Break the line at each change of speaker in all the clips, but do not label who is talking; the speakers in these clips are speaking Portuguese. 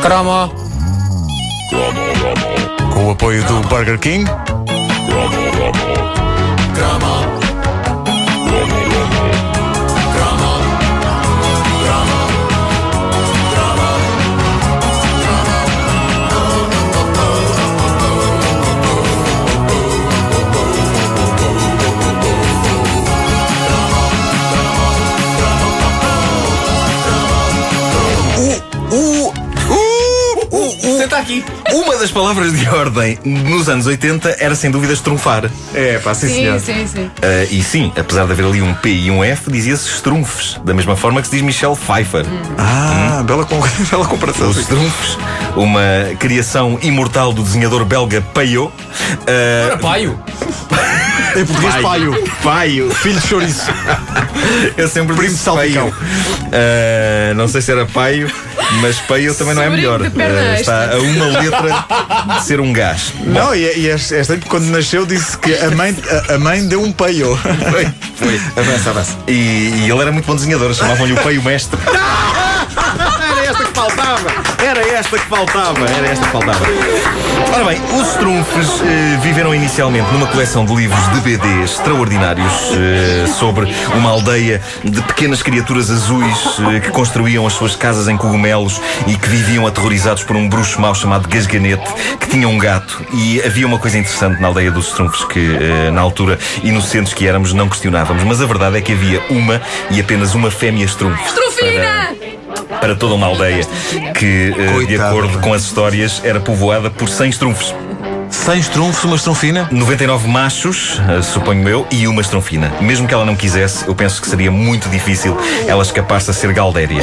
Cromo.
Com o apoio do Burger King.
Senta aqui. Uma das palavras de ordem nos anos 80 era sem dúvidas trunfar. É, pá, sim, senhor.
sim, sim.
Ah, e sim, apesar de haver ali um P e um F, dizia-se estrunfes, da mesma forma que se diz Michel Pfeiffer.
Ah, bela, com- bela comparação.
Os estrunfes, uma criação imortal do desenhador belga Payot. Ah,
Ora, paio.
Em português, paio.
Paio.
Filho de chouriço.
Eu sempre
Primo
disse
salpicão.
paio. Ah, não sei se era paio, mas paio também não é
Sobrinho
melhor.
de perna
Ah, está
extra.
a uma letra de ser um gás.
Não, e, é- e é, é estranho porque quando nasceu disse que a mãe, a, a mãe deu um peio.
Foi, foi.
Avança, avança.
E, e ele era muito bom desenhador, chamavam-lhe o Peio Mestre. Era esta que faltava! Era esta que faltava! Era esta que faltava! Ora bem, os Strunfes eh, viveram inicialmente numa coleção de livros de BDs extraordinários eh, sobre uma aldeia de pequenas criaturas azuis eh, que construíam as suas casas em cogumelos e que viviam aterrorizados por um bruxo mau chamado Gasganete, que tinha um gato. E havia uma coisa interessante na aldeia dos Strunfes que, eh, na altura, inocentes que éramos, não questionávamos. Mas a verdade é que havia uma e apenas uma fêmea Strunfes
Trufina!
para toda uma aldeia que, eh, de
Coitada.
acordo com as histórias, era povoada por 100 estrunfos.
Sem estrunfos, uma estrunfina.
99 machos, eh, suponho eu, e uma estrunfina. Mesmo que ela não quisesse, eu penso que seria muito difícil ela escapar-se a ser Galdéria.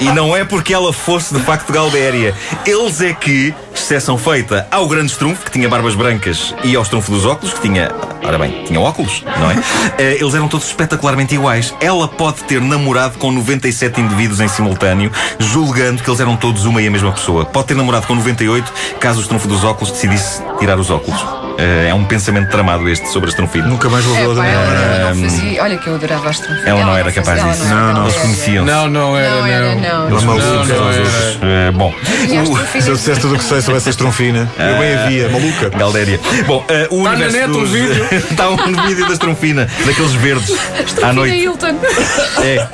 E não é porque ela fosse de facto Galdéria. Eles é que, exceção feita ao grande estrunfo, que tinha barbas brancas, e ao estrunfo dos óculos, que tinha. Ora bem, tinha óculos, não é? Eh, Eles eram todos espetacularmente iguais. Ela pode ter namorado com 97 indivíduos em simultâneo, julgando que eles eram todos uma e a mesma pessoa. Pode ter namorado com 98, caso o estrunfo dos óculos decidisse tirar os óculos. Eh, É um pensamento tramado este sobre a estrunfina.
Nunca mais vou
É,
ver
pá, ela,
outra.
ela não fazia. Olha que eu adorava as trunfas.
assim. Ela não era capaz
fazia-
disso.
ela
Não, não.
Eles conheciam-se.
Não, não era,
Não era, não.
é
Ela maluca.
Não, não era.
Eh, Bom.
E as
Se
o-
eu
trufinas-
dissesse tudo o que sei sobre essa estrunfina, eu bem havia, maluca.
Galdéria. Bom, eh,
Tá
o
na
universo
net um
dos-
vídeo.
Está um vídeo da estrunfina, daqueles verdes, à
Trufina
noite.
Hilton.
É.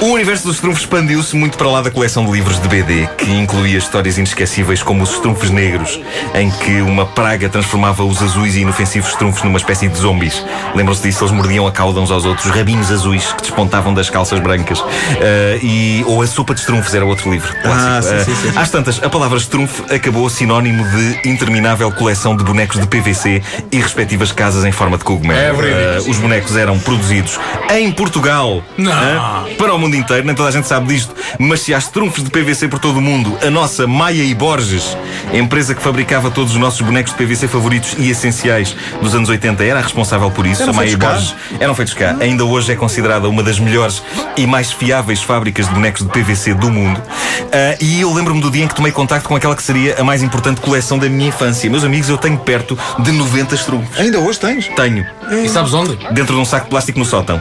O universo dos trunfos expandiu-se muito para lá da coleção de livros de BD, que incluía histórias inesquecíveis como os trunfos negros, em que uma praga transformava os azuis e inofensivos trunfos numa espécie de zombies. Lembram-se disso? Eles mordiam a cauda uns aos outros, rabinhos azuis que despontavam das calças brancas. Ah, e, ou a sopa de trunfos era outro livro.
Ah,
Clássico. Eh,
sim, sim, sim.
É. Às tantas, a palavra estrunfo acabou sinónimo de interminável coleção de bonecos de PVC e respectivas casas em forma de cogumelo.
É verdade.
Eh, os bonecos eram produzidos em Portugal
Não.
hã? para o mundo inteiro, nem toda a gente sabe disto, mas se há estrunfos de PVC por todo o mundo, a nossa Maia e Borges, empresa que fabricava todos os nossos bonecos de PVC favoritos e essenciais dos anos 80, era a responsável por isso.
Eram
a Maia e
feitos cá?
Borges eram feitos cá. Ainda hoje é considerada uma das melhores e mais fiáveis fábricas de bonecos de PVC do mundo. Ah, e eu lembro-me do dia em que tomei contacto com aquela que seria a mais importante coleção da minha infância. Meus amigos, eu tenho perto de 90 estrunfos.
Ainda hoje tens?
Tenho.
E sabes onde?
Dentro de um saco de plástico no sotão.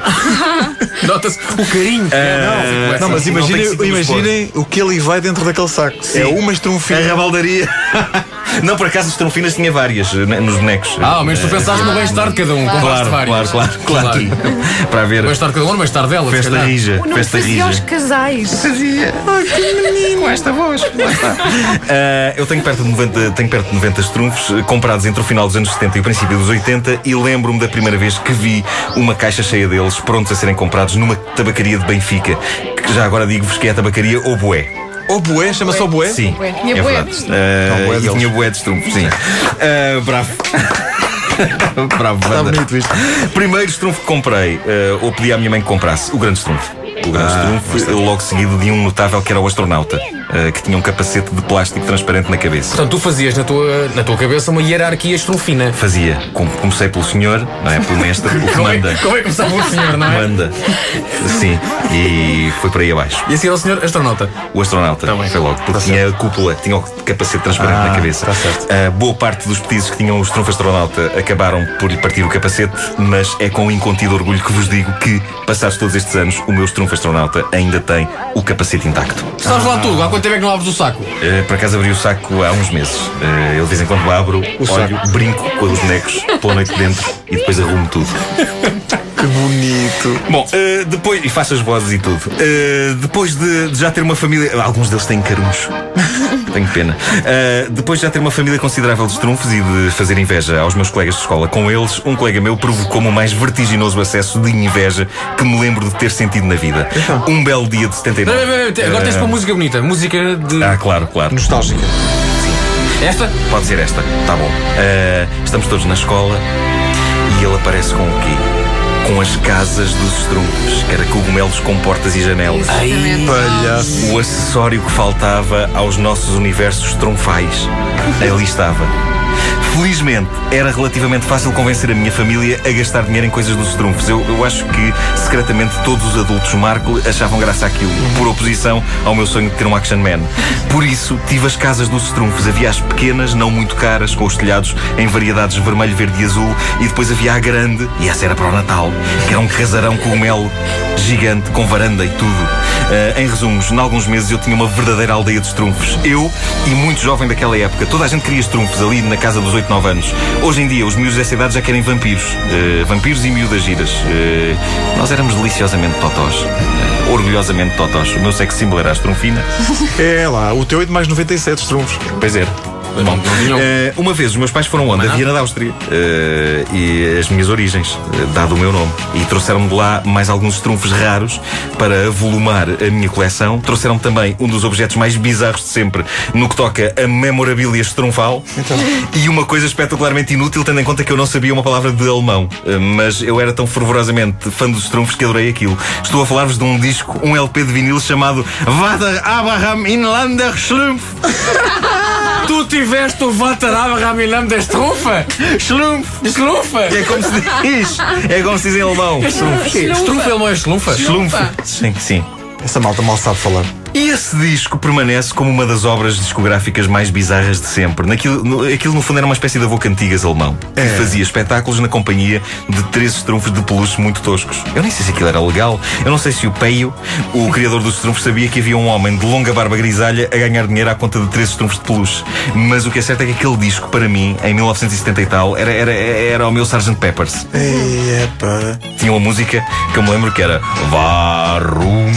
Nota-se o carinho.
Ah,
Não, mas
Não tem
imaginem,
sítio nos
imaginem o que ele vai dentro daquele saco. É uma
A
estrunfina.
rabaldaria. Não, por acaso, as trunfinas tinha várias eh, nos bonecos. Eh,
Ah, ao menos tu pensaste no bem-estar de cada um. Compraste
Claro, claro,
vários.
claro, claro. Para
O
ver.
bem-estar de cada um, o bem-estar dela, se
Festa
calhar.
rija.
Não
Festa
fazia aos
rija.
casais.
Fazia. Ai, que menino. esta voz. Eh, eu tenho perto de 90, tenho perto de 90 trunfos eh, comprados entre o final dos anos 70 e o princípio dos 80 e lembro-me da primeira vez que vi uma caixa cheia deles prontos a serem comprados numa tabacaria de Benfica, que já agora digo-vos que é a tabacaria Oboé.
Ou boé, chama-se o boé?
Sim,
Bué.
é
Tinha bué.
verdade. Ah,
Não, bué
e
deles.
tinha bué de estrumpo, sim. Ah, bravo. bravo,
Está
banda.
Tá bonito isto.
Primeiro estrunfo que comprei, eh, ou pedi à minha mãe que comprasse, o grande estrunfo. O grande estrunfo, eh, logo seguido de um notável que era o astronauta, eh, que tinha um capacete de plástico transparente na cabeça.
Portanto, tu fazias na tua, na tua cabeça uma hierarquia estrunfina.
Fazia, com- comecei pelo senhor, não é? Pelo mestre, o que
Como é,
manda.
como é que começava o senhor, não é?
Manda. Sim, e foi para aí abaixo.
E assim era o senhor astronauta.
O astronauta
Tá bem.
foi logo, porque tinha a cúpula, tinha o capacete transparente
Ah,
na cabeça.
tá certo.
Ah, boa parte dos petizes que tinham os trunfos astronauta acabaram por lhe partir o capacete, mas é com incontido orgulho que vos digo que, passados todos estes anos, o meu trunfo trunfo astronauta ainda tem o capacete intacto.
Sabes
Ah.
lá tudo, há quanto tempo é que não abres o saco?
Eh, por acaso abri o saco há uns meses. Eh, eu de vez em quando abro, olho, brinco com os bonecos, pôr a noite dentro e depois arrumo tudo.
Que bonito.
Bom, eh, depois. E faço as vozes e tudo. Eh, depois de, de já ter uma família. Alguns deles têm carunhos. Tenho pena. Eh, depois de já ter uma família considerável de trunfos e de fazer inveja aos meus colegas de escola com eles, um colega meu provocou-me o mais vertiginoso acesso de inveja que me lembro de ter sentido na vida.
Então?
Um belo dia de 79.
Peraí, peraí, peraí, Agora tens
Eh,
para música bonita. Música de.
Ah, claro, claro.
Nostálgica.
Esta?
Pode ser esta, tá bom. Ah, estamos todos na escola e ele aparece com o quê? Com as casas dos estrumes, que era cogumelos com portas e janelas.
Exatamente.
Palhaço.
O acessório que faltava aos nossos universos tronfais. Ali estava. Felizmente, era relativamente fácil convencer a minha família a gastar dinheiro em coisas dos trunfos. Eu, eu acho que, secretamente, todos os adultos Marco achavam graça àquilo, por oposição ao meu sonho de ter um action man. Por isso, tive as casas dos trunfos. Havia as pequenas, não muito caras, com os telhados em variedades vermelho, verde e azul, e depois havia a grande, e essa era para o Natal, que era um casarão cogumelo gigante, com varanda e tudo. Ah, em resumos, em alguns meses eu tinha uma verdadeira aldeia dos trunfos. Eu e muito jovem daquela época. Toda a gente queria os trunfos ali na casa dos 8, 9 anos. Hoje em dia, os miúdos dessa idade já querem vampiros. Ah, vampiros e miúdas giras. Ah, nós éramos deliciosamente totós. Ah, orgulhosamente totós. O meu sex symbol era a estrunfina.
É lá, o teu 8 mais 97 trunfos.
Pois é. Bom,
tinham.
eh, uma vez os meus pais foram onde? A Viena da Áustria. Eh, e as minhas origens, eh, dado o meu nome. E trouxeram-me de lá mais alguns trunfos raros para avolumar a minha coleção. Trouxeram-me também um dos objetos mais bizarros de sempre no que toca a memorabilia estrunfal. E uma coisa espetacularmente inútil, tendo em conta que eu não sabia uma palavra de alemão. Eh, mas eu era tão fervorosamente fã dos trunfos que adorei aquilo. Estou a falar-vos de um disco, um LP de vinil chamado Vader Abraham Inlander Schlumpf.
Tu tiveste o Vataraba Ramilham da estrufa?
Schlumpf!
Estrufa!
É como se diz. É como se diz em alemão.
Estrufa, ele não é estrufa?
Schlumpf. Sim, sim.
Essa malta mal sabe falar.
E esse disco permanece como uma das obras discográficas mais bizarras de sempre. Naquilo, no, aquilo, no fundo, era uma espécie de avô cantigas alemão. Que fazia espetáculos na companhia de três estrunfos de peluche muito toscos. Eu nem sei se aquilo era legal. Eu não sei se o Peio, o criador dos estrunfos, sabia que havia um homem de longa barba grisalha a ganhar dinheiro à conta de três estrunfos de peluche. Mas o que é certo é que aquele disco, para mim, em 1970 e tal, era, era, era o meu Sgt. Peppers.
Ei, epa.
Tinha uma música que eu me lembro que era Varum.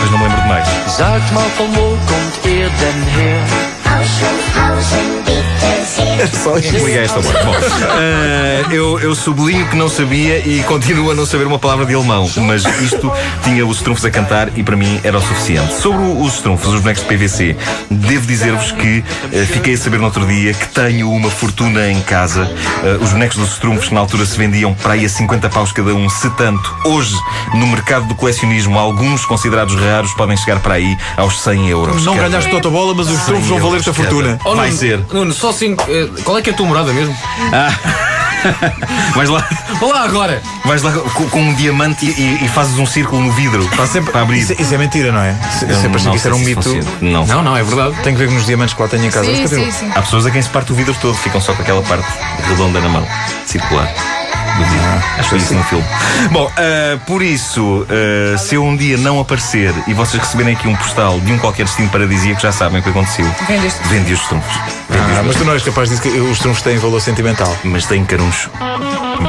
Mas não me lembro de mais.
Sagt mal, von wo kommt ihr denn her?
Oh,
Aus Schuffhausen, bitte sehr.
É só isso.
Liga esta agora. Bom, eh, eu, eu sublinho que não sabia e continuo a não saber uma palavra de alemão, mas isto tinha os trunfos a cantar e para mim era o suficiente. Sobre o- os trunfos, os bonecos de PVC, devo dizer-vos que eh, fiquei a saber no outro dia que tenho uma fortuna em casa. Eh, os bonecos dos trunfos na altura se vendiam para aí a 50 paus cada um, se tanto. Hoje, no mercado do colecionismo, alguns considerados raros podem chegar para aí aos 100 euros.
Não
cada
ganhaste
um.
totobola, mas os trunfos vão valer-te a
Cada.
fortuna.
Oh,
Vai
Nuno,
ser.
Nuno, só assim. eh, Qual é que é a tua morada mesmo?
Vais lá.
Vá lá agora!
Vais lá com, com um diamante e, e- e fazes um círculo no vidro. Está sempre para abrir.
Isso, isso é mentira, não é? Se-
Eu
Sempre achei
não
que isso era um
sei se
mito.
funciona. Não.
Não, não, é verdade.
Tenho que ver nos diamantes que lá tenho em casa. Mas,
Sim,
quer
sim,
dizer,
sim.
Há pessoas a quem se parte o vidro todo, ficam só com aquela parte redonda na mão, circular. Do vidro.
Ah,
Acho que vi
assim.
isso num filme. Bom, ah, por isso, ah, se eu um dia não aparecer e vocês receberem aqui um postal de um qualquer destino paradisíaco, já sabem o que aconteceu.
Vendeste.
Vendi os trunfos. Vendi
Ah,
os
mas
meus-
tu não és capaz de dizer que os trunfos têm valor sentimental.
Mas tem caruncho.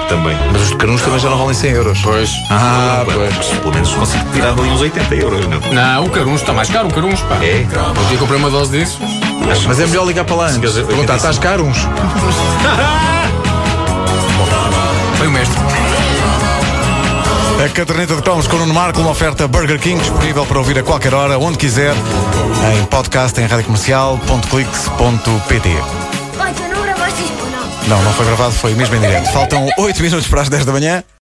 Também.
Mas os carunhos também já não valem 100 euros. Pois. Ah, pois.
Mas pelo menos consigo tirar dali uns 80 euros, não?
Não, o caruncho está mais caro, o caruncho, pá.
É?
Outro dia comprei uma dose disso.
Acho
Mas é melhor ligar para lá antes.
Se quer-
Perguntar, estás caro uns?
Foi o mestre.
A caderneta de cromos com o Nuno Marco, uma oferta Burger King, disponível para ouvir a qualquer hora, onde quiser, em podcast, em radiocomercial.clix.pt.
Continua, vocês por
Não, não foi gravado, foi mesmo em direto. Faltam 8 minutos para as 10 da manhã.